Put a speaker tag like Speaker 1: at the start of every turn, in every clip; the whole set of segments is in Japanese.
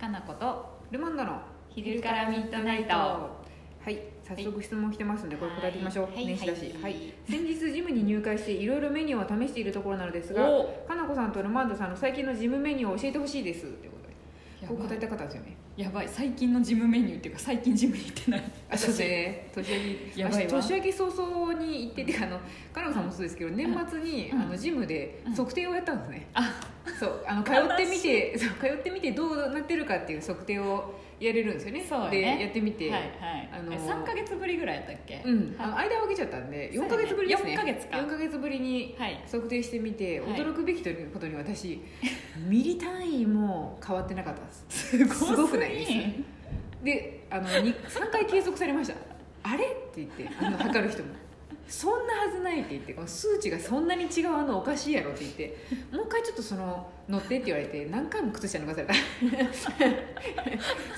Speaker 1: かなこと
Speaker 2: ルマンドの
Speaker 1: 昼からミッドナイト
Speaker 2: はい早速質問来てますのでこれ答えてみましょう
Speaker 1: はい
Speaker 2: 年始だし
Speaker 1: はい
Speaker 2: はい先日ジムに入会していろいろメニューを試しているところなのですが
Speaker 1: お
Speaker 2: かなこさんとルマンドさんの最近のジムメニューを教えてほしいですってことで
Speaker 1: や
Speaker 2: こう
Speaker 1: ば
Speaker 2: 答え
Speaker 1: い
Speaker 2: た方ですよね
Speaker 1: やばい最近のジムメニューっていうか最近ジムに行ってない
Speaker 2: あそうですね年
Speaker 1: や
Speaker 2: 明
Speaker 1: ばい
Speaker 2: け
Speaker 1: わ
Speaker 2: 年明け早々に行っててあのかなこさんもそうですけど年末に
Speaker 1: うん
Speaker 2: あのジムで
Speaker 1: うん
Speaker 2: 測定をやったんですね
Speaker 1: あ
Speaker 2: そうあの通ってみてそう通ってみてどうなってるかっていう測定をやれるんですよね
Speaker 1: そうよね
Speaker 2: でやってみて、
Speaker 1: はいはい
Speaker 2: あの
Speaker 1: え三ヶ月ぶりぐらいやったっけ
Speaker 2: うん、あの
Speaker 1: は
Speaker 2: 間を空けちゃったんで
Speaker 1: そう
Speaker 2: 4
Speaker 1: やね
Speaker 2: か月ぶりですね
Speaker 1: 4ヶ月か
Speaker 2: 4ヶ月ぶりに
Speaker 1: いはい
Speaker 2: 測定してみて、
Speaker 1: はい
Speaker 2: 驚くべきということ に私ミリ単位も変わってなかったです
Speaker 1: すごす
Speaker 2: すごくな
Speaker 1: ぎ
Speaker 2: いで
Speaker 1: ん
Speaker 2: すであの3回計測されましたあれって言ってあの測る人もそんなはずないって言ってこの数値がそんなに違うあのおかしいやろって言ってもう一回ちょっとその乗ってって言われて何回も靴下脱 がされた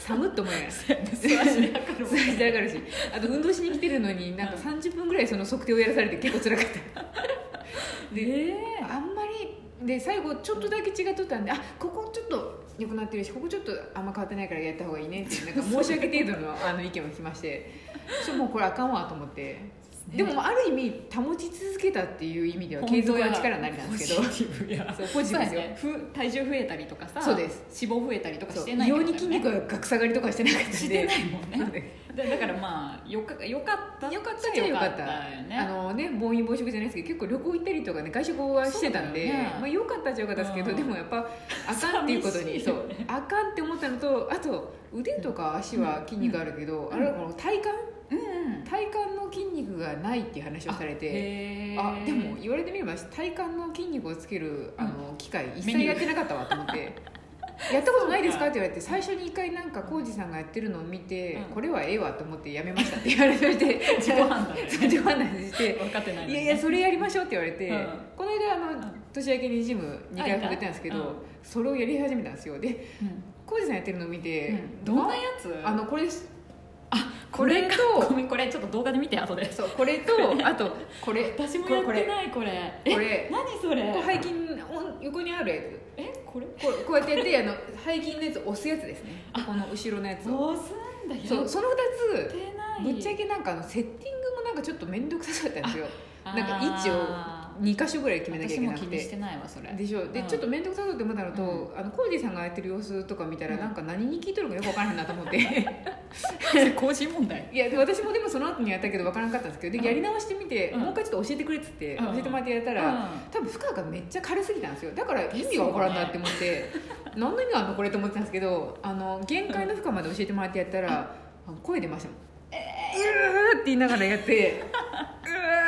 Speaker 2: 寒っと思いながら
Speaker 1: そうやね素足で 測るもん
Speaker 2: 座
Speaker 1: ね
Speaker 2: して上がるしあと運動しに来てるのになんか
Speaker 1: うん
Speaker 2: 30分ぐらいその測定をやらされて結構辛かったで、
Speaker 1: え
Speaker 2: あんまりで最後ちょっとだけ違っとったんであここちょっと良くなってるしここちょっとあんま変わってないからやった方がいいねっていうなんか申し訳程度のあの意見も来ましてちょっともうこれあかんわと思って
Speaker 1: え
Speaker 2: でもある意味保ち続けたっていう意味では継続は力なりなんですけど
Speaker 1: ポジティブや
Speaker 2: そうポジティブです
Speaker 1: そう
Speaker 2: よ
Speaker 1: やねふ体重増えたりとかさ
Speaker 2: そうです
Speaker 1: 脂肪増えたりとか
Speaker 2: そう
Speaker 1: して
Speaker 2: 異
Speaker 1: ないって
Speaker 2: 様
Speaker 1: ことだ
Speaker 2: に
Speaker 1: よね
Speaker 2: 筋肉がガク下がりとかしてなかったんで
Speaker 1: してないもんね
Speaker 2: なんで
Speaker 1: だだからまあよかよかった
Speaker 2: よかったっちゃよかった
Speaker 1: よよね
Speaker 2: あのね暴飲暴食じゃないですけど結構旅行行ったりとかね外食はしてたん
Speaker 1: そ
Speaker 2: で
Speaker 1: うだよね
Speaker 2: まあ、よかったっちゃよかったですけど、
Speaker 1: うん
Speaker 2: でもやっぱあかんっていうことに、
Speaker 1: 寂しい
Speaker 2: そ
Speaker 1: よ
Speaker 2: う
Speaker 1: ね
Speaker 2: あかんって思ったのとあと腕とか足は筋肉あるけど、
Speaker 1: ん
Speaker 2: あれはこの体幹
Speaker 1: うんうん
Speaker 2: 体幹の筋肉がないっていう話をされて
Speaker 1: へー
Speaker 2: あでも言われてみれば体幹の筋肉をつけるあの機械一
Speaker 1: メニュ
Speaker 2: 切
Speaker 1: ー
Speaker 2: やってなかったわと 思って。やったことないですかって言われて最初に一回なんか浩二さんがやってるのを見て、
Speaker 1: うん
Speaker 2: これはええわと思ってやめましたって言われ て
Speaker 1: 自己判断で
Speaker 2: そう自己判断して
Speaker 1: 分かってないの に
Speaker 2: いや
Speaker 1: ね
Speaker 2: いやそれやりましょうって言われて、
Speaker 1: うん
Speaker 2: この間あの、
Speaker 1: うん
Speaker 2: 年明けにジム2回ほど行ったんですけど、
Speaker 1: うん
Speaker 2: それをやり始めたんですよで浩二さんやってるのを見て、
Speaker 1: うんどんなやつ
Speaker 2: あのこれです
Speaker 1: これ
Speaker 2: ことれと
Speaker 1: ごめんこれちょっと動画で見て後で
Speaker 2: そうこれとあとこれ
Speaker 1: 私もやっ
Speaker 2: こ
Speaker 1: て
Speaker 2: れこ
Speaker 1: ないこれ
Speaker 2: れこ
Speaker 1: え
Speaker 2: れ
Speaker 1: 何それ
Speaker 2: ここ背筋お横にあるやつ
Speaker 1: えこれ
Speaker 2: こうこうやってやってあの背筋のやつ押すやつですねこの後ろのやつを
Speaker 1: どうすんだや
Speaker 2: そう
Speaker 1: っ
Speaker 2: その2つ
Speaker 1: てない
Speaker 2: ぶっちゃけなんかあのセッティングもなんかちょっと面倒くさかったんですよ
Speaker 1: あー
Speaker 2: なんか位置を2箇所ぐらい決めなき
Speaker 1: 私
Speaker 2: ゃいけ
Speaker 1: も
Speaker 2: なく
Speaker 1: 気にしててないわそれ
Speaker 2: でしょで、
Speaker 1: うん
Speaker 2: ちょっと面倒くさそうって思ったのと、あのコージーさんがやってる様子とか見たら、
Speaker 1: うん
Speaker 2: なんか何に聞いとるかよく分からへんなと思って
Speaker 1: 個人問題
Speaker 2: いやで私もでもその後にやったけど分からんかったんですけど
Speaker 1: うん
Speaker 2: でやり直してみて、
Speaker 1: うん
Speaker 2: もう一回ちょっと教えてくれっつって、
Speaker 1: うん
Speaker 2: 教えてもらってやったら、多分負荷がめっちゃ軽すぎたんですよだから意味が分からんなって思って、何の意味があんのこれと思ってたんですけどあの限界の負荷まで教えてもらってやったら、あの声出ましたもん「うー」って言いながらやって「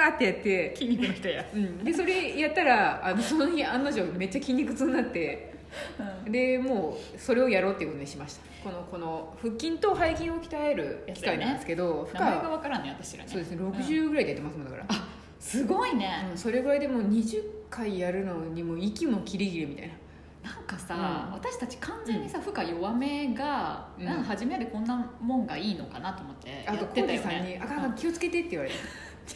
Speaker 2: うー」ってやって
Speaker 1: 筋肉の人や
Speaker 2: うん、でそれやったらあのその日案の定めっちゃ筋肉痛になってでもうそれをやろうっていうことにしましたこのこの腹筋と背筋を鍛える機械なんですけど、負
Speaker 1: 名
Speaker 2: 荷
Speaker 1: 前が
Speaker 2: は
Speaker 1: わからんね私らね
Speaker 2: そうですね60ぐらいでやってますもんだから、
Speaker 1: すごいね
Speaker 2: うんそれぐらいでもう20回やるのにもう息もキリギリみたいな
Speaker 1: なんかさ、
Speaker 2: うん
Speaker 1: 私たち完全にさ負荷弱めが、
Speaker 2: うん
Speaker 1: なんか初めはでこんなもんがいいのかなと思ってや
Speaker 2: あと
Speaker 1: っ
Speaker 2: コ
Speaker 1: てた
Speaker 2: ージ
Speaker 1: よ
Speaker 2: さんに「
Speaker 1: ね
Speaker 2: あかんあか
Speaker 1: うん
Speaker 2: ん気をつけて」って言 われて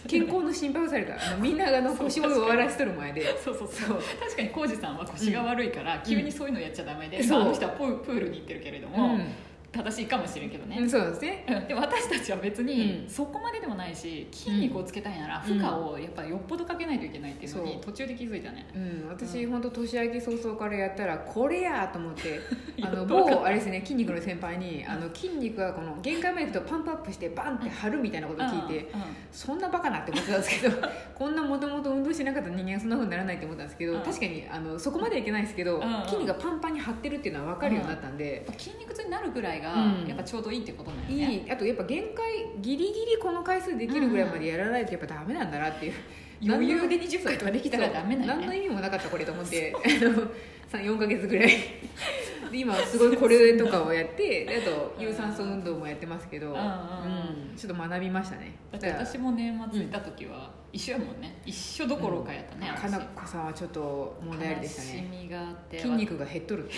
Speaker 2: 健康の心配をされたあのみんながあの腰を終わらせとる前で
Speaker 1: そうそうそう確かにコージさんは腰が悪いから、急にそういうのやっちゃダメで、
Speaker 2: うん
Speaker 1: まあ、
Speaker 2: そ
Speaker 1: あ
Speaker 2: う
Speaker 1: の人はプープールに行ってるけれど
Speaker 2: う
Speaker 1: も、
Speaker 2: ん、
Speaker 1: 正しいかもしれんけどね、
Speaker 2: うんそうなんですね
Speaker 1: うんでも私たちは別に
Speaker 2: うん
Speaker 1: そこまででもないし筋肉をつけたいなら負荷をやっぱよっぽどかけないといけないっていうの
Speaker 2: そ
Speaker 1: に
Speaker 2: う
Speaker 1: 途中で気づいた ね
Speaker 2: うん、私、本当年明け早々からやったらこれやと思ってあ
Speaker 1: や
Speaker 2: の
Speaker 1: っとわかった
Speaker 2: 某あれですね筋肉の先輩に、あの筋肉がこの限界までいくとパンプアップしてバンって張るみたいなことを聞いて、
Speaker 1: うんうん
Speaker 2: そんなバカなって思ってたんですけど こんなもともと運動してなかった人間はそんなふうにならないって思ったんですけど、
Speaker 1: うん
Speaker 2: 確かにあのそこまではいけないですけど、
Speaker 1: うんうん
Speaker 2: 筋肉がパンパンに張ってるっていうのは分かるようになったんで、
Speaker 1: やっぱ筋肉痛になるぐらいが
Speaker 2: うん
Speaker 1: やっぱちょうどいいってことなんよね、
Speaker 2: いいあとやっぱ限界ギリギリこの回数できるぐらいまでやらないとやっぱダメなんだなっていう
Speaker 1: 余裕で20回とかできたらダメなんや
Speaker 2: 何の
Speaker 1: ね
Speaker 2: 意味もなかったこれと思って4か 月ぐらいで今すごいこれとかをやってであと有酸素運動もやってますけ
Speaker 1: う
Speaker 2: ど、うん
Speaker 1: うんうん
Speaker 2: ん、ちょっと学びましたね
Speaker 1: だって私も年末行った時は一緒やもんね、一緒どころかやったね、
Speaker 2: かなこさんはちょっと問題ありでした
Speaker 1: 悲
Speaker 2: ね
Speaker 1: しみがあって
Speaker 2: 筋肉が減っとる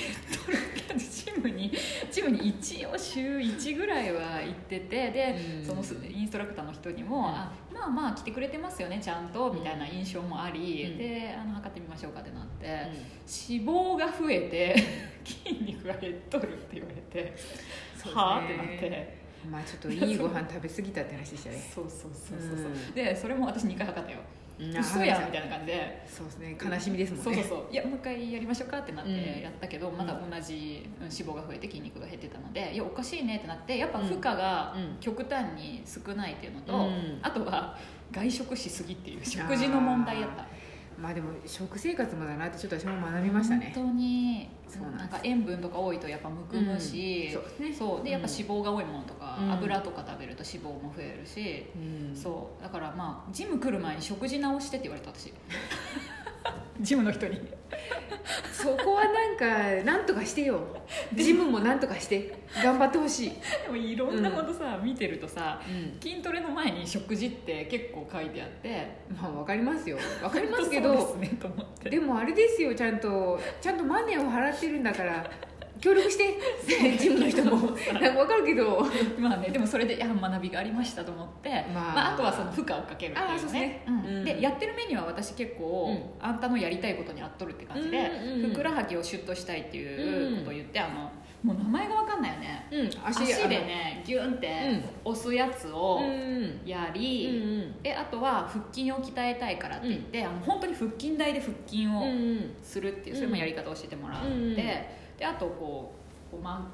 Speaker 1: ジムにジム ように一応週1ぐらいは行っててで、
Speaker 2: うん
Speaker 1: そのすインストラクターの人にも、
Speaker 2: うん
Speaker 1: あまあまあ来てくれてますよねちゃんとみたいな印象もあり、
Speaker 2: うん
Speaker 1: であの測ってみましょうかってなって、脂肪が増えて 筋肉が減っとるって言われて、
Speaker 2: そうですね
Speaker 1: はあってなって
Speaker 2: まあちょっといいご飯食べ過ぎたって話でし たね
Speaker 1: そうそうそうそうそう、
Speaker 2: うん
Speaker 1: でそれも私2回測ったよ
Speaker 2: うん
Speaker 1: 嘘やんみたいな感じで。
Speaker 2: そうですね悲しみですもんね
Speaker 1: そうそう そういやもう一回やりましょうかってなっ
Speaker 2: うん
Speaker 1: てやったけど、まだ同じうん脂肪が増えて筋肉が減ってたのでいやおかしいねってなってやっぱ負荷が
Speaker 2: うん
Speaker 1: 極端に少ないっていうのと、
Speaker 2: うん
Speaker 1: あとは外食しすぎっていう食事の問題やった
Speaker 2: まあでも食生活もだなってちょっと私も学びましたね
Speaker 1: 本当に
Speaker 2: そうな
Speaker 1: なんん
Speaker 2: で
Speaker 1: か
Speaker 2: す
Speaker 1: 塩分とか多いとやっぱむくむし、
Speaker 2: うんそうですね
Speaker 1: そうでやっぱ脂肪が多いものとか、
Speaker 2: うん
Speaker 1: 油とか食べると脂肪も増えるし、
Speaker 2: うん
Speaker 1: そうだからまあジム来る前に食事直してって言われた 私ジムの人に
Speaker 2: そこはなんかなんとかしてよジムもなんとかして頑張ってほしい、
Speaker 1: でもいろんなことさ、見てるとさ
Speaker 2: うん、
Speaker 1: 筋トレの前に食事って結構書いてあって
Speaker 2: まあわかりますよわかりますけ
Speaker 1: 本当
Speaker 2: ど
Speaker 1: そうですねと思って
Speaker 2: でもあれですよちゃんとちゃんとマネーを払ってるんだから協力してねジムの人もなんかわかるけど
Speaker 1: まあねでもそれでいや学びがありましたと思って、
Speaker 2: ま
Speaker 1: ま
Speaker 2: あ
Speaker 1: ああ、とはその負荷をかけるって
Speaker 2: あー
Speaker 1: い
Speaker 2: そう
Speaker 1: う
Speaker 2: ですね
Speaker 1: ね
Speaker 2: うん
Speaker 1: でやってるメニューは私結構、
Speaker 2: う
Speaker 1: あんたのやりたいことに合っとるって感じで、
Speaker 2: うんうんうん
Speaker 1: ふくらはぎをシュッとしたいっていうことを言って、あのもう名前が分かんないよね
Speaker 2: うん
Speaker 1: 足でねギュンって押すやつ
Speaker 2: あの
Speaker 1: を
Speaker 2: うん
Speaker 1: や
Speaker 2: う
Speaker 1: り、
Speaker 2: ん
Speaker 1: であとは腹筋を鍛えたいからって言って、あの本当に腹筋台で腹筋
Speaker 2: う
Speaker 1: を、
Speaker 2: んうん
Speaker 1: するっていうそれもやり方を教えてもらって、
Speaker 2: うん
Speaker 1: であとこうこう、ま、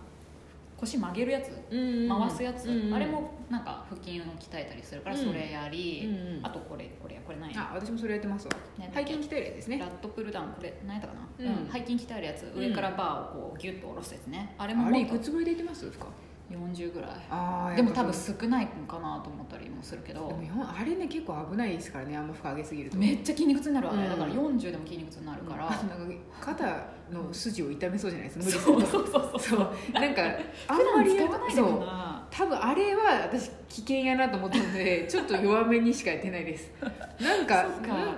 Speaker 1: 腰曲げるやつ
Speaker 2: うん
Speaker 1: 回すやつ、
Speaker 2: うんうん
Speaker 1: あれもなんか腹筋を鍛えたりするから
Speaker 2: うん
Speaker 1: それや
Speaker 2: う
Speaker 1: り、
Speaker 2: んうん
Speaker 1: あとこれこれこれ何や
Speaker 2: あ私もそれやってますわ
Speaker 1: ね
Speaker 2: 背筋鍛えるやつですね
Speaker 1: ラットプルダウンこれ何やったかな、
Speaker 2: うん
Speaker 1: うん背筋鍛えるやつ
Speaker 2: うん
Speaker 1: 上からバーをこうギュッと下ろすやつねあれも
Speaker 2: あ
Speaker 1: も
Speaker 2: れ
Speaker 1: っ
Speaker 2: い
Speaker 1: と
Speaker 2: くつぶりでやってますか
Speaker 1: 40ぐらい
Speaker 2: あー
Speaker 1: でも
Speaker 2: や
Speaker 1: 多
Speaker 2: っぱ
Speaker 1: 分
Speaker 2: そう
Speaker 1: 少ないのかなと思ったりもするけど
Speaker 2: でも日本あれね結構危ないですからねあんま負荷上げすぎると
Speaker 1: めっちゃ筋肉痛になるわね、
Speaker 2: うん
Speaker 1: だから40でも筋肉痛になるから、
Speaker 2: あとなんか肩の筋を痛めそうじゃないですか無理す
Speaker 1: そ
Speaker 2: る
Speaker 1: う
Speaker 2: と
Speaker 1: そうそうそう
Speaker 2: そうなんかあ ん
Speaker 1: 普
Speaker 2: ま
Speaker 1: 段
Speaker 2: り
Speaker 1: 使
Speaker 2: や
Speaker 1: わない
Speaker 2: そ
Speaker 1: のか
Speaker 2: う
Speaker 1: な
Speaker 2: 多分あれは私危険やなと思った のでちょっと弱めにしかやってないですなんか
Speaker 1: そうか
Speaker 2: バーン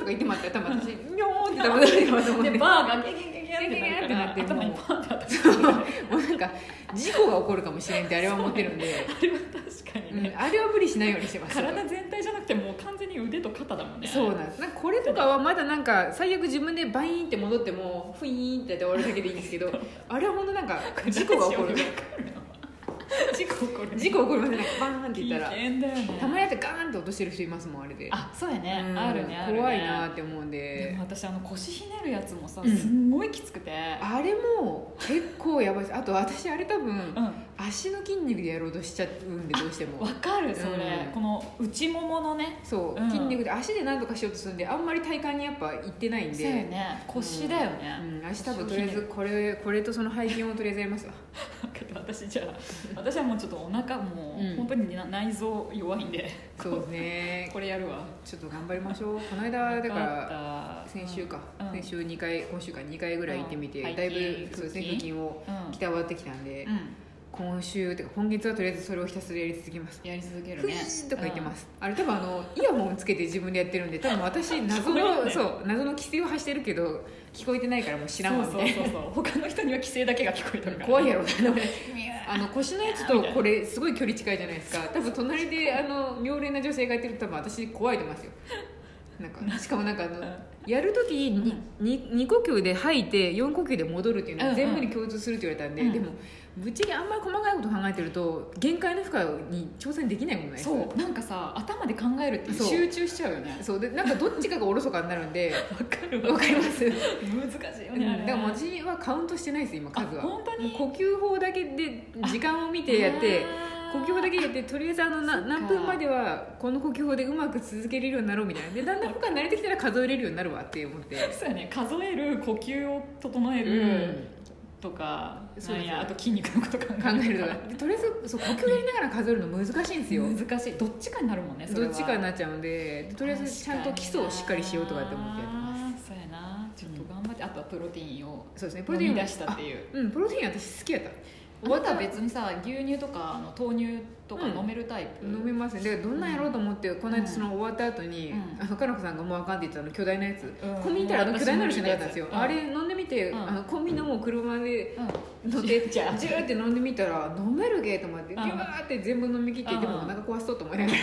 Speaker 2: とか言ってもらった ら多分私ニョーンって倒れるかと思っ
Speaker 1: で
Speaker 2: て
Speaker 1: バーがゲゲゲゲゲってなって
Speaker 2: 頭
Speaker 1: 頭
Speaker 2: に
Speaker 1: に
Speaker 2: パ
Speaker 1: パーって当たって
Speaker 2: そうもうなんか事故が起こるかもしれんってあれは思ってるんで、
Speaker 1: あれは確か
Speaker 2: う
Speaker 1: に
Speaker 2: ん
Speaker 1: ね、
Speaker 2: あれは無理しないようにしてます
Speaker 1: 体全体じゃなくてもう完全に腕と肩だもんね
Speaker 2: そうなんですなんかこれとかはまだなんか最悪自分でバイーンって戻ってもフイーンってやって終わるだけでいいんです けどあれは本当なんか事故が起こる
Speaker 1: 事故起こる
Speaker 2: 事故起こるまでなんかバーンって
Speaker 1: 危
Speaker 2: 言
Speaker 1: 険
Speaker 2: ったら
Speaker 1: だよね
Speaker 2: たまにやってガーンって落としてる人いますもんあれで
Speaker 1: あそうやね
Speaker 2: うん
Speaker 1: あるねあるね
Speaker 2: 怖いなって思うん
Speaker 1: で
Speaker 2: で
Speaker 1: も私あの腰ひねるやつもさ
Speaker 2: うん
Speaker 1: すんごいきつくて
Speaker 2: あれも結構やばいですあと私あれ多分
Speaker 1: うん
Speaker 2: 足の筋肉でやろうとしちゃうんでどうしても
Speaker 1: わかるそれ
Speaker 2: うん
Speaker 1: この内もものね
Speaker 2: そう、
Speaker 1: うん
Speaker 2: 筋肉で足で何とかしようとするんであんまり体幹にやっぱいってないん
Speaker 1: そう
Speaker 2: で
Speaker 1: やね腰だよね
Speaker 2: うん、足多分とりあえずこれこれとその背筋をとりあえずやりますわ
Speaker 1: 私じゃあ私はもうちょっとお腹も
Speaker 2: うん
Speaker 1: う本当にな内臓弱いんで
Speaker 2: そうね
Speaker 1: これやるわ
Speaker 2: ちょっと頑張りましょうこの間だから
Speaker 1: ら
Speaker 2: 先週か、
Speaker 1: うん
Speaker 2: 先週2回今週か2回ぐらい行ってみて、
Speaker 1: うん
Speaker 2: だいぶ
Speaker 1: 背筋
Speaker 2: そうですね
Speaker 1: 腹
Speaker 2: 腹
Speaker 1: 筋
Speaker 2: 筋を
Speaker 1: う
Speaker 2: 鍛わってきたんで、
Speaker 1: ん、うん、
Speaker 2: 今週てか今月はとりあえずそれをひたすらやり続けます
Speaker 1: やり続ける
Speaker 2: ふい
Speaker 1: ね
Speaker 2: ーとか言ってます、あれ多分あのイヤホンつけて自分でやってるんで多分私謎
Speaker 1: そう
Speaker 2: の
Speaker 1: よね
Speaker 2: そう謎の規制を発してるけど聞こえてないからもう知らんわみ
Speaker 1: そ
Speaker 2: た
Speaker 1: う
Speaker 2: い
Speaker 1: そうそうそう他の人には規制だけが聞こえと
Speaker 2: な
Speaker 1: るから
Speaker 2: 怖いやろあの
Speaker 1: ミュー
Speaker 2: あの腰のやつとこれすごい距離近いじゃないですか多分隣であの妙齢な女性がやってると多分私怖いと思いますよなんかしかもなんかあのやる時にに 2, 呼吸で吐いて4呼吸で戻るっていうの
Speaker 1: うん
Speaker 2: は
Speaker 1: うん
Speaker 2: 全部に共通するって言われたんで、
Speaker 1: うん
Speaker 2: でもぶっちゃけあんまり細かいこと考えてると限界の負荷に挑戦できないもんね
Speaker 1: そうなんかさ頭で考えるって
Speaker 2: そう
Speaker 1: 集中しちゃうよね
Speaker 2: そうでなんかどっちかがおろそかになるんで
Speaker 1: わかる
Speaker 2: わ
Speaker 1: わ
Speaker 2: かります、
Speaker 1: 難しいよ
Speaker 2: うん
Speaker 1: ねあれね
Speaker 2: でも私はカウントしてないです今
Speaker 1: あ
Speaker 2: 数は
Speaker 1: 本当に
Speaker 2: 呼吸法だけで時間を見てやって呼吸法だけやってとりあえずあのな
Speaker 1: そっか
Speaker 2: 何分まではこの呼吸法でうまく続けれるようになろうみたいなでだんだん負荷慣れてきたら数えれるようになるわって思って
Speaker 1: そうやね数える呼吸を整える、とか
Speaker 2: そう
Speaker 1: なん
Speaker 2: そう
Speaker 1: やあと筋肉のこと考
Speaker 2: 考え
Speaker 1: える
Speaker 2: ると
Speaker 1: と
Speaker 2: か
Speaker 1: か
Speaker 2: でとりあえずそう呼吸やりながら数えるの難しいんですよ
Speaker 1: 難しいどっちかになるもんねそれ
Speaker 2: ど
Speaker 1: は
Speaker 2: っちかになっちゃうんででとりあえずちゃんと基礎をしっかりしようとかって思ってやってます
Speaker 1: すそうやなちょっと頑張って、あとはプロテインを
Speaker 2: そうですね
Speaker 1: プロテイン
Speaker 2: も
Speaker 1: 出したっていう
Speaker 2: うんプロテイン私好きやった
Speaker 1: あなたは別にさ牛乳とかあの豆乳とか飲めるタイプ、
Speaker 2: 飲みますねだからどんなんやろうと思って、この間その終わった後に、
Speaker 1: うん
Speaker 2: あのかなこさんがもうあかんって言ってたあの巨大なやつ、
Speaker 1: うん
Speaker 2: コンビニ行ったらあの巨大なのしかなかったんですよ、
Speaker 1: うん
Speaker 2: あれ飲んでみて、
Speaker 1: うん
Speaker 2: あのコンビニのもう車で
Speaker 1: うん、
Speaker 2: 乗って
Speaker 1: じゃ
Speaker 2: ジューって飲んでみたら飲めるげーと思って
Speaker 1: う
Speaker 2: ギ
Speaker 1: ん
Speaker 2: ュワーって全部飲み切って、
Speaker 1: うん
Speaker 2: でもお腹壊しそうと思いながら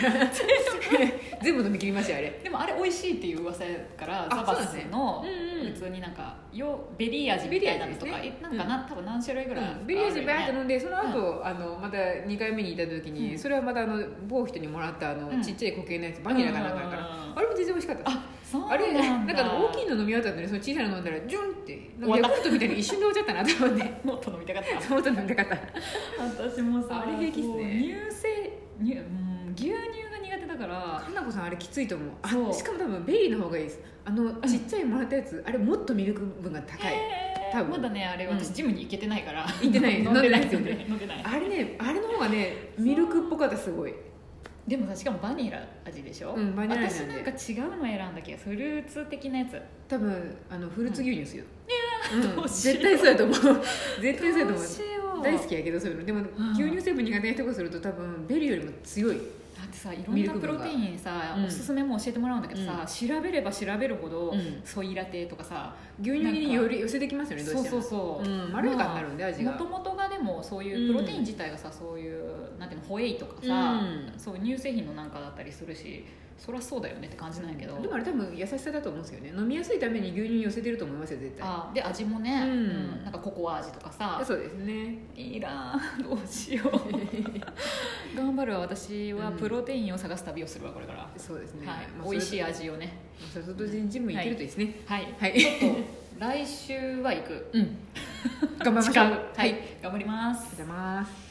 Speaker 2: 全部飲み切りましたよあれ
Speaker 1: でもあれ美味しいっていう噂やから
Speaker 2: あ
Speaker 1: ザバスの
Speaker 2: そうなんですねうんうん
Speaker 1: 普通になんかよベリー味みたいなのとか、
Speaker 2: ベリー味ですね
Speaker 1: えなんかな、多分何種類ぐらいあるよね、
Speaker 2: ビリヤージバーって飲んでその後、あのまた2回目にいた時に、
Speaker 1: うん
Speaker 2: それはまたあの某人にもらったあの、
Speaker 1: うん
Speaker 2: ちっちゃい固形のやつバニラかなんかやから、
Speaker 1: うん
Speaker 2: あれも全然美味しかったです
Speaker 1: あそうなんだ
Speaker 2: あれなんかあの大きい
Speaker 1: い
Speaker 2: の飲み終わったのにその小さいの飲んだらジュンってなん
Speaker 1: 終わ
Speaker 2: か
Speaker 1: った
Speaker 2: ヤクルトみたいに一瞬で終わっちゃったな と思って
Speaker 1: もっと飲みたか った
Speaker 2: そう思った飲んだかった
Speaker 1: 私もさ
Speaker 2: あれ平気っすね
Speaker 1: こう乳製乳うん牛乳が苦手だから
Speaker 2: かなこさんあれきついと思う
Speaker 1: そう
Speaker 2: あしかも多分ベリーの方がいいですあのちっちゃいもらったやつあれもっとミルク分が高い
Speaker 1: へー
Speaker 2: 多分
Speaker 1: まだねあれ
Speaker 2: うん
Speaker 1: 私ジムに行けてないから
Speaker 2: 行ってな い
Speaker 1: 飲んでない
Speaker 2: 飲
Speaker 1: 飲
Speaker 2: ん
Speaker 1: んで
Speaker 2: でな
Speaker 1: ない飲んでない
Speaker 2: あれねあれの方がねミルクっぽかったすごい
Speaker 1: でもさしかもバニラ味でしょ、
Speaker 2: うんバニラ味
Speaker 1: 私
Speaker 2: なん
Speaker 1: な
Speaker 2: で
Speaker 1: んか違うの選んだ気がするフルーツ的なやつ
Speaker 2: 多分あのフルーツ牛乳ですよ、
Speaker 1: ど
Speaker 2: うん
Speaker 1: うしよう
Speaker 2: 絶対そうやと思う絶対そうやと
Speaker 1: ど
Speaker 2: 思
Speaker 1: う
Speaker 2: う
Speaker 1: しよう
Speaker 2: 大好きやけどそういうのでも、
Speaker 1: ん
Speaker 2: 牛乳成分苦手な人がすると多分ベリーよりも強い
Speaker 1: だってさいろ
Speaker 2: ミ
Speaker 1: ん
Speaker 2: ル
Speaker 1: な
Speaker 2: ク
Speaker 1: プ
Speaker 2: 分
Speaker 1: ロ
Speaker 2: が
Speaker 1: テインさ、
Speaker 2: うん
Speaker 1: おすすめも教えてもらうんだけどさ、調べれば調べるほど、
Speaker 2: うん
Speaker 1: ソイラテとかさ
Speaker 2: 牛乳により寄せてきますよねどうして
Speaker 1: そ
Speaker 2: も
Speaker 1: うそうそう、
Speaker 2: うん、まろやかになるんで味が、
Speaker 1: もともとがでもそういうプロテイン自体がさ、そういうなんていうのホエイとかさ、
Speaker 2: うん
Speaker 1: そう乳製品のなんかだったりするしそりゃそうだよねって感じなんやけど
Speaker 2: でもあれ多分優しさだと思うんですよね飲みやすいために牛乳に寄せてると思いますよ絶対
Speaker 1: あで味もね、
Speaker 2: うん
Speaker 1: うんなんかココア味とかさ
Speaker 2: そうですね
Speaker 1: いいなあどうしよう 頑張るわ私はプロテインを探す旅をするわこれから、
Speaker 2: そうですね、
Speaker 1: はい
Speaker 2: まあ、
Speaker 1: 美味しい
Speaker 2: や
Speaker 1: 味をね
Speaker 2: それと同時にジム行けるといいですね
Speaker 1: はい、
Speaker 2: はい
Speaker 1: ちょっと来週は行く
Speaker 2: うん頑張りましょう
Speaker 1: はい、頑張ります
Speaker 2: ありがとうございます